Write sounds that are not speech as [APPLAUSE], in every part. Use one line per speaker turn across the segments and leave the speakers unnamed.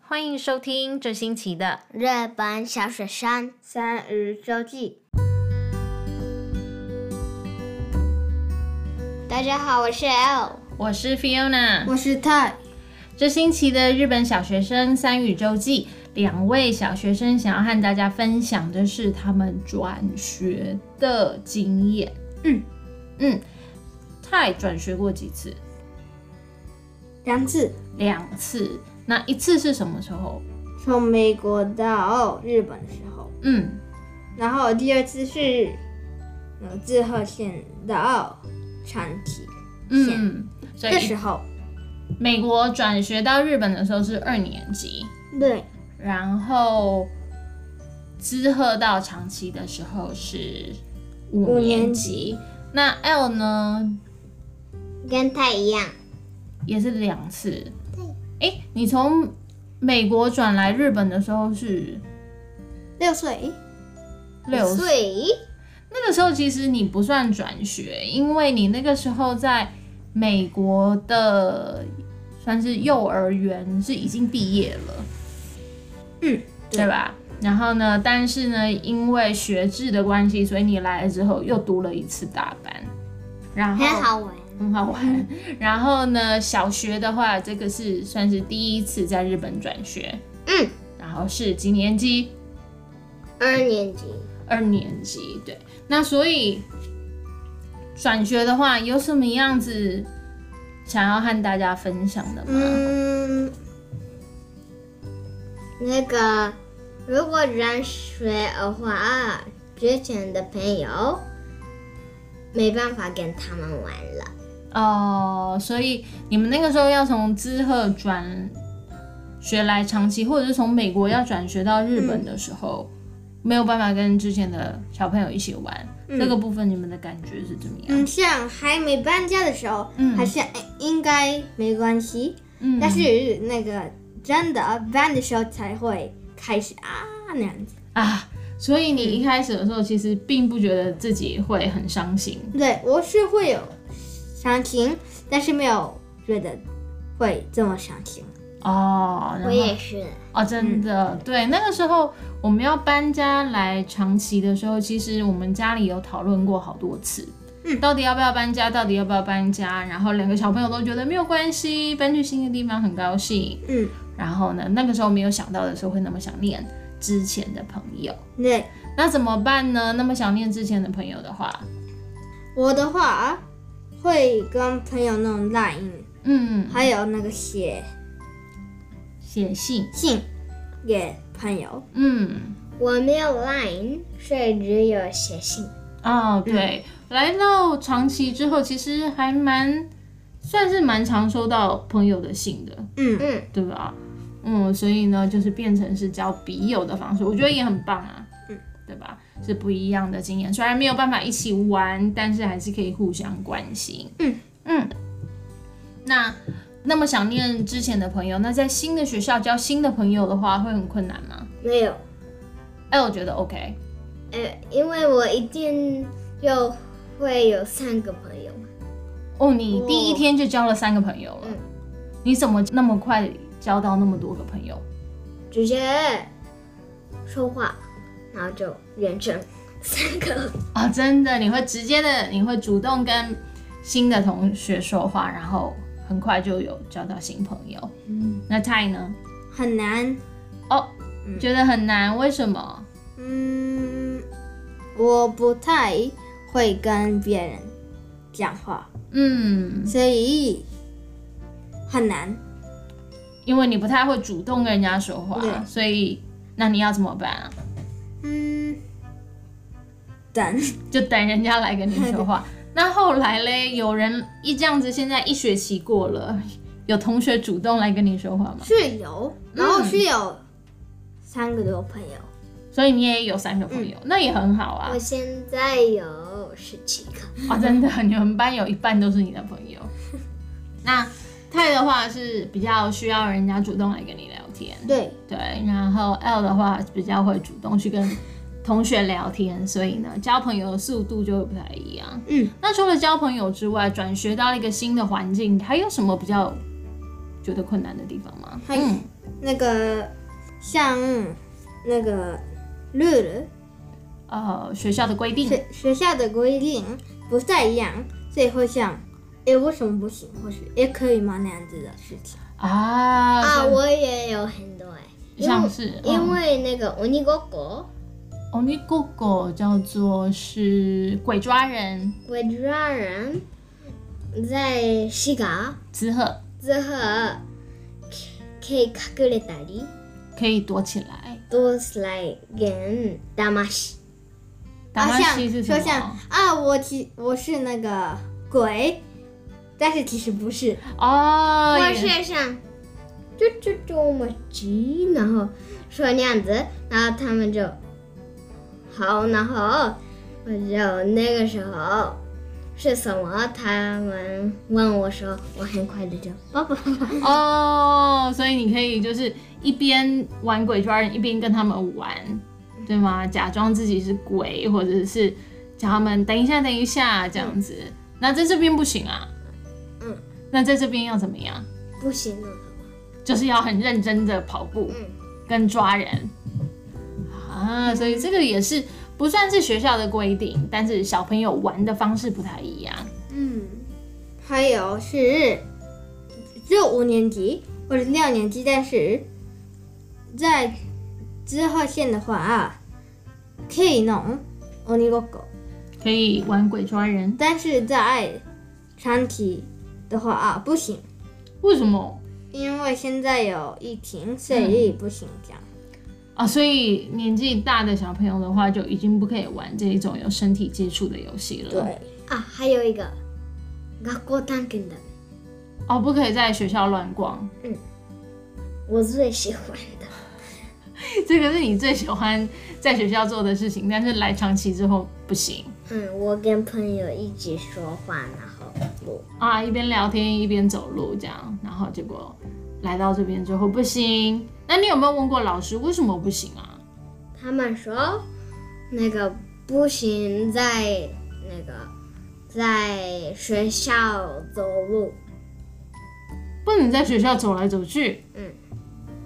欢迎收听这星期的
日本小雪山三日周记。大家好，我是 L，
我是 Fiona。
我是泰。
这星期的日本小学生三语周记，两位小学生想要和大家分享的是他们转学的经验。
嗯
嗯，泰转学过几次？
杨志
两次。那一次是什么时候？
从美国到日本的时候，
嗯，
然后第二次是呃志贺县到长崎县
嗯，所
的时
以
候，
美国转学到日本的时候是二年级，
对，
然后知鹤到长崎的时候是五
五
年
年
级。那 L 呢
跟他一样，
也是两次。哎、你从美国转来日本的时候是
六岁，
六岁，
岁，
那个时候其实你不算转学，因为你那个时候在美国的算是幼儿园是已经毕业了。
嗯，
对吧？然后呢，但是呢，因为学制的关系，所以你来了之后又读了一次大班，然后
很好玩，
很好玩。 [LAUGHS] 然后呢，小学的话，这个是算是第一次在日本转学，
嗯，
然后是几年级？
二年级，
二年级，对。那所以转学的话，有什么样子想要和大家分享的吗？
嗯，那个，如果转学的话，之前的朋友没办法跟他们玩了。
哦，所以你们那个时候要从知鹤转学来长崎，或者是从美国要转学到日本的时候，
嗯
没有办法跟之前的小朋友一起玩，
嗯
这个部分你们的感觉是怎么样？
嗯，像还没搬家的时候，
嗯
好像应该没关系。
嗯，
但是那个真的搬的时候才会开始啊那样子。
啊，所以
嗯
你一开始的时候其实并不觉得自己会很伤心，
对，我是会有伤心，但是没有觉得会这么伤心。
哦，然
我
后
也是，
哦，真
嗯
的，对，那个时候我们要搬家来长崎的时候，其实我们家里有讨论过好多次，
嗯
到底要不要搬家，到底要不要搬家，然后两个小朋友都觉得没有关系，搬去新的地方很高兴，
嗯，
然后呢，那个时候没有想到的时候会那么想念之前的朋友，
对
那怎么办呢？那么想念之前的朋友的话，
我的话，会跟朋友弄 line，
嗯，
还有那个写
写信，
信给朋友。
嗯。
我没有 Line，所以只有写信。
哦，对，
嗯
来到长崎之后，其实还蛮算是蛮常收到朋友的信的，
嗯，
嗯，
对吧？嗯，所以呢，就是变成是交笔友的方式，我觉得也很棒啊，
嗯，
对吧？是不一样的经验，虽然没有办法一起玩，但是还是可以互相关心。
嗯
嗯，那那么想念之前的朋友，那在新的学校交新的朋友的话，会很困难吗？
没有，
哎，我觉得 OK。
呃，因为我一定就会有三个朋友。
哦，你第一天就交了三个朋友了，
嗯
你怎么那么快交到那么多个朋友？
直接说话，然后就变成三个。
啊、真的，你会直接的，你会主动跟新的同学说话，然后很快就有交到新朋友。
嗯，
那泰呢？
[LAUGHS] 很难。
哦，
嗯
觉得很难，为什么？
嗯，我不太会跟别人讲话，
嗯，
所以很难。
因为你不太会主动跟人家说话，
对
所以那你要怎么办啊？
嗯，等
就等人家来跟你说
[LAUGHS]
话。那后来嘞，有人一这样子，现在一学期过了，有同学主动来跟你说话吗？
是有，然后是有三个多朋友，
所以你也有三个朋
嗯
友，那也很好啊
嗯
我。现在有十七个。
啊，真的， [LAUGHS] 你们班有一半都是你的朋
[LAUGHS]
友。那泰的话是比较需要人家主动来跟你聊天，
对，
对。然后 L 的话比较会主动去跟同学聊天，所以呢，交朋友的速度就会不太一样。
嗯，
那除了交朋友之外，转学到一个新的环境，还有什么比较觉得困难的地方吗？
还有
嗯，
那个像那个 rule
呃，学校的规定，
学学校的规定不太一样，所以会像，诶，为什么不行？或是也可以吗？那样子的事情。
啊
啊，
像
我也有很多哎、因为
像是嗯
因为那个欧尼哥哥
欧尼姑姑叫做是鬼抓人
会让人在西嘎
之后
之后可以隠れたり、
可以躲起来。
どうす来跟大妈西
达
啊，
玛
像
西是什
说
么？
像啊，我其我是那个鬼，但是其实不是。
哦，
或
也
是像就就这么急，然后说那样子，然后他们就好，然后我就那个时候是什么？他们问我说，我很快的就爸爸
哦，所以你可以就是一边玩鬼抓人，一边跟他们玩，对吗？假装自己是鬼，或者是叫他们等一下，等一下这样子。
嗯
那在这边不行啊。
嗯。
那在这边要怎么样？
[LAUGHS] 不行了，
就是要很认真的跑步
嗯
跟抓人啊，所以这个也是不算是学校的规定，但是小朋友玩的方式不太一样。
嗯，还有是只有五年级或者六年级，但是在之后线的话，
啊
可以弄欧尼狗狗，
可以玩鬼抓人，
但是在长体的话啊不行，
为什么
因为现在有疫情，所以不行这样。
啊？所以年纪大的小朋友的话，就已经不可以玩这一种有身体接触的游戏了。，
对，
啊，还有一个学校探検的，
哦，不可以在学校乱逛， [LAUGHS]
我最喜欢的。
这个是你最喜欢在学校做的事情，但是来长期之后不行
嗯，我跟朋友一起说话，然后我
啊，一边聊天一边走路这样，然后结果来到这边之后不行。那你有没有问过老师为什么不行啊？
他们说那个不行在那个在学校走路，
不能在学校走来走去。
嗯，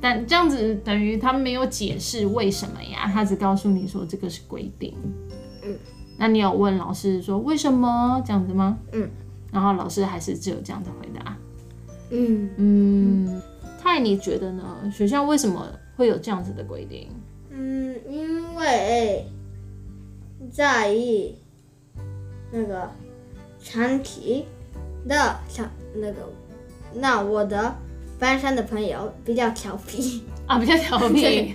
但这样子等于他没有解释为什么呀，他只告诉你说这个是规定。
嗯，
那你有问老师说为什么这样子吗？
嗯，
然后老师还是只有这样子回答。
嗯，
嗯，泰，你觉得呢？学校为什么会有这样子的规定？
嗯，因为在那个长体的小那个，那我的班上的朋友比较调皮，
啊，比较
[LAUGHS]
调皮
对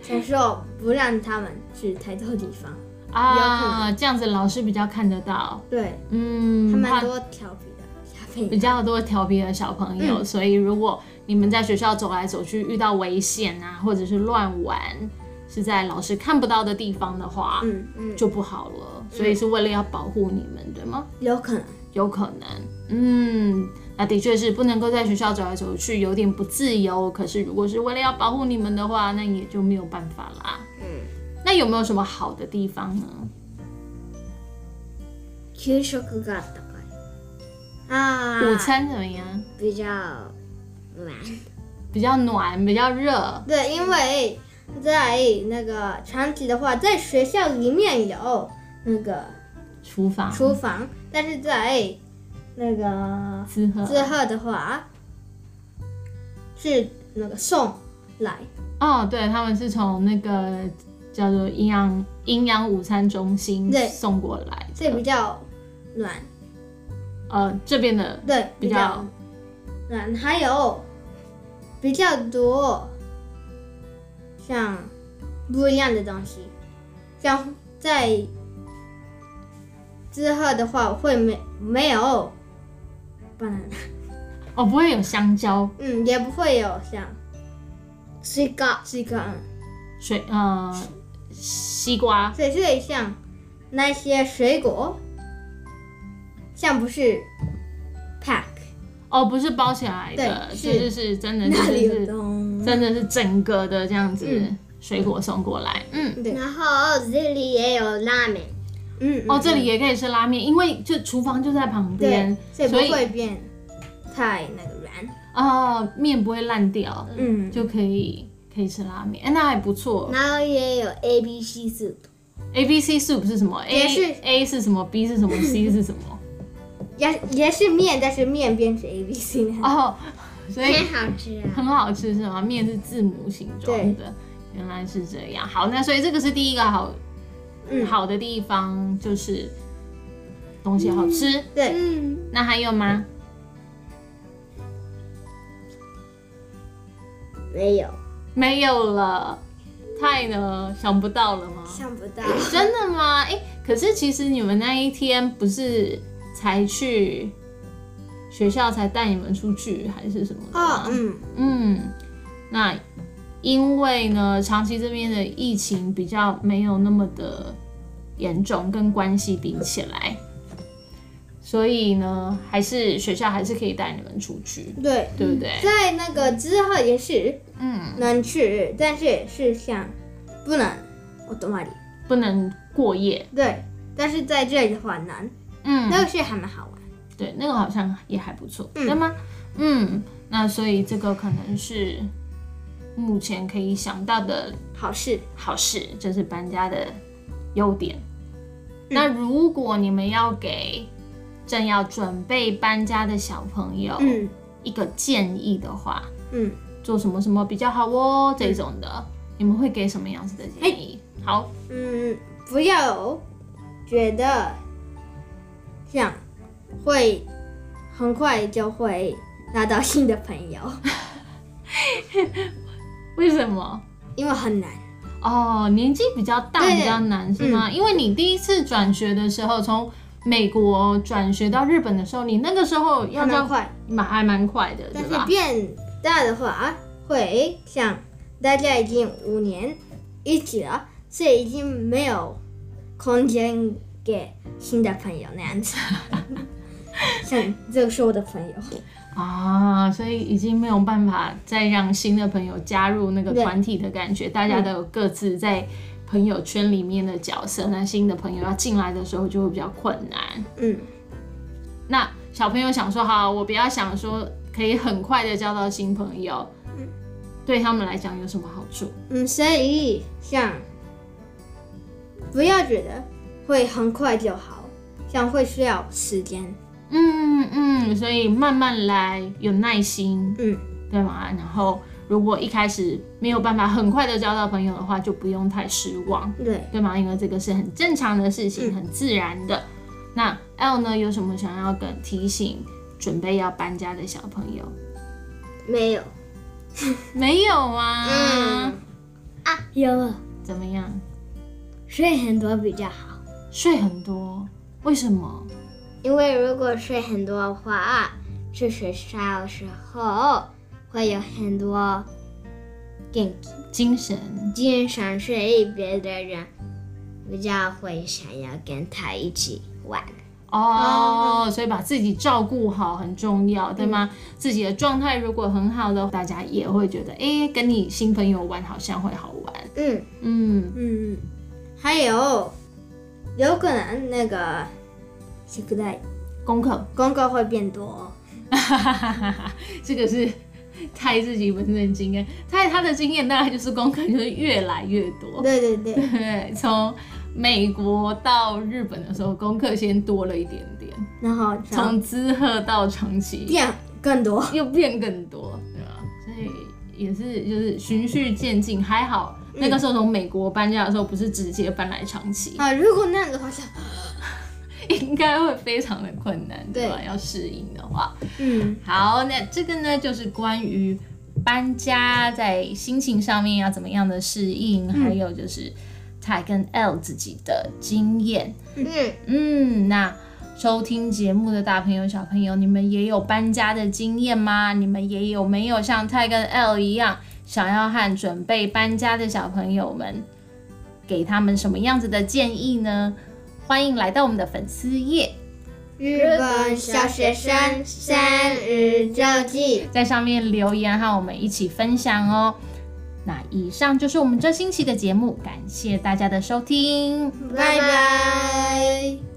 想说不让他们去太多地方。
啊，这样子老师比较看得到。
对，
嗯，
他
怕
蛮多调皮的小朋
比
友。
较多调皮的小朋友，
嗯
所以如果你们在学校走来走去遇到危险啊，或者是乱玩，是在老师看不到的地方的话，
嗯，
就不好了。所以是为了要保护你们，对吗？
有可能。
有可能，嗯，那的确是不能够在学校走来走去，有点不自由。可是如果是为了要保护你们的话，那也就没有办法啦。
嗯，
那有没有什么好的地方呢？
給食があったから
啊，
午餐怎么样？
比较暖。
比较暖，比较热，
对，因为在那个长体的话，在学校里面有那个
厨房，
厨房，但是在那个
吃喝，
之后的话是那个送来，
哦，对，他们是从那个叫做营养营养午餐中心
对
送过来
所以比
的，
较暖，
呃，这边的
对，
比较
暖，还有比较多像不一样的东西，像在之后的话会没没有 banana，
哦，不会有香蕉、
嗯，也不会有像
西瓜，
这个。嗯
水呃西瓜，
所以所以像那些水果，像不是 pack
哦，不是包起来的，
对
就是是是真的就
那里
是
有嗯东，
真的是整个的这样子水果送过来，嗯。
对，
然后这里也有拉面，
嗯
哦，这里也可以吃拉面，因为就厨房就在旁边
对，，
所
所以
以
不会变太那个软，
哦，面不会烂掉，
嗯，
就可以可以吃拉面，哎，那还不错。
然后也有 A B C 四
A B C soup 是什么？A
也是
A 是什么？B 是什么？C 是什么？
也也是面，但是面变成 A B C 那样。
哦，所以
真好吃啊！
很好吃是吗？面是字母形状的，原来是这样。好，那所以这个是第一个好
嗯，
好的地方，就是东西好吃。
对，
嗯，
那还有吗？
没有，
没有了。菜呢？想不到了吗？
想不到，
真的吗？哎、可是其实你们那一天不是才去学校才带你们出去还是什么的吗？
哦，嗯，
嗯，那因为呢，长期这边的疫情比较没有那么的严重，跟关系比起来，所以呢，还是学校还是可以带你们出去，
对，
对不对？
嗯在那个之后也是
嗯，
能去，但是是想不能，我懂了。
不能过夜。
对，但是在这里的话难，
嗯，
那个是还蛮好玩。
对，那个好像也还不错，对吗？嗯，那所以这个可能是目前可以想到的
好事，
好事，这是搬家的优点。那如果你们要给正要准备搬家的小朋友
嗯
一个建议的话，
嗯，
做什么什么比较好哦，这种的，你们会给什么样子的建议？好，
嗯，不要觉得这样会很快就会拿到新的朋友，
为什么？
因为很难。
哦，年纪比较大
对嗯
比较难是吗？因为你第一次转学的时候，从美国转学到日本的时候，你那个时候要
还
这
蛮
样
快，
蛮还蛮快的，对
但是
吧？
变大的话会像大家已经五年一起了，所以已经没有空间给新的朋友那样
[LAUGHS]
子。像这个是我的朋友，
啊，所以已经没有办法再让新的朋友加入那个
对
团体的感觉，大家都有各自在朋友圈里面的角色，那新的朋友要进来的时候就会比较困难。
嗯，
那小朋友想说，好，我不要想说可以很快的交到新朋友，对他们来讲有什么好处？
嗯，所以像不要觉得会很快就好，像会需要时间。
嗯嗯，所以慢慢来，有耐心，
嗯，
对吗？然后如果一开始没有办法很快的交到朋友的话，就不用太失望，
嗯对，
对吗？因为这个是很正常的事情，很自然的。那 L 呢，有什么想要跟提醒准备要搬家的小朋友？
没有
没有啊？
嗯
啊，有了，
怎么样？
睡很多比较好，
睡很多？为什么？
因为如果睡很多的话，去学校的时候会有很多更
精神？
经常睡别的人，比较会想要跟他一起玩。
哦，所以把自己照顾好很重要，对吗？自己的状态如果很好的，大家也会觉得，哎、跟你新朋友玩好像会好玩。
嗯
嗯，
嗯，还有有可能那个现在
功课，
功课会变多，
哦
这个是太自己本身的经验，太他的经验大概就是功课就是越来越
[LAUGHS]
多。
对对对，
对，从美国到日本的时候，功课先多了一点点，
然后
从滋贺到长崎
变更
[LAUGHS]
多。
又变更多，对吧？所以也是就是循序渐进，还好那个时候从美国搬家的时候不是直接搬来长崎，
啊，如果那样子的话，像
应该会非常的困难，对吧？
对
要适应的话，
嗯
好，那这个呢就是关于搬家在心情上面要怎么样的适应，还有就是泰跟 L 自己的经验。
嗯，
嗯，那收听节目的大朋友、小朋友，你们也有搬家的经验吗？你们也有没有像泰跟 L 一样，想要和准备搬家的小朋友们，给他们什么样子的建议呢？欢迎来到我们的粉丝页，
日本小学生生日周记，
在上面留言和我们一起分享哦。那以上就是我们这星期的节目，感谢大家的收听。
拜拜。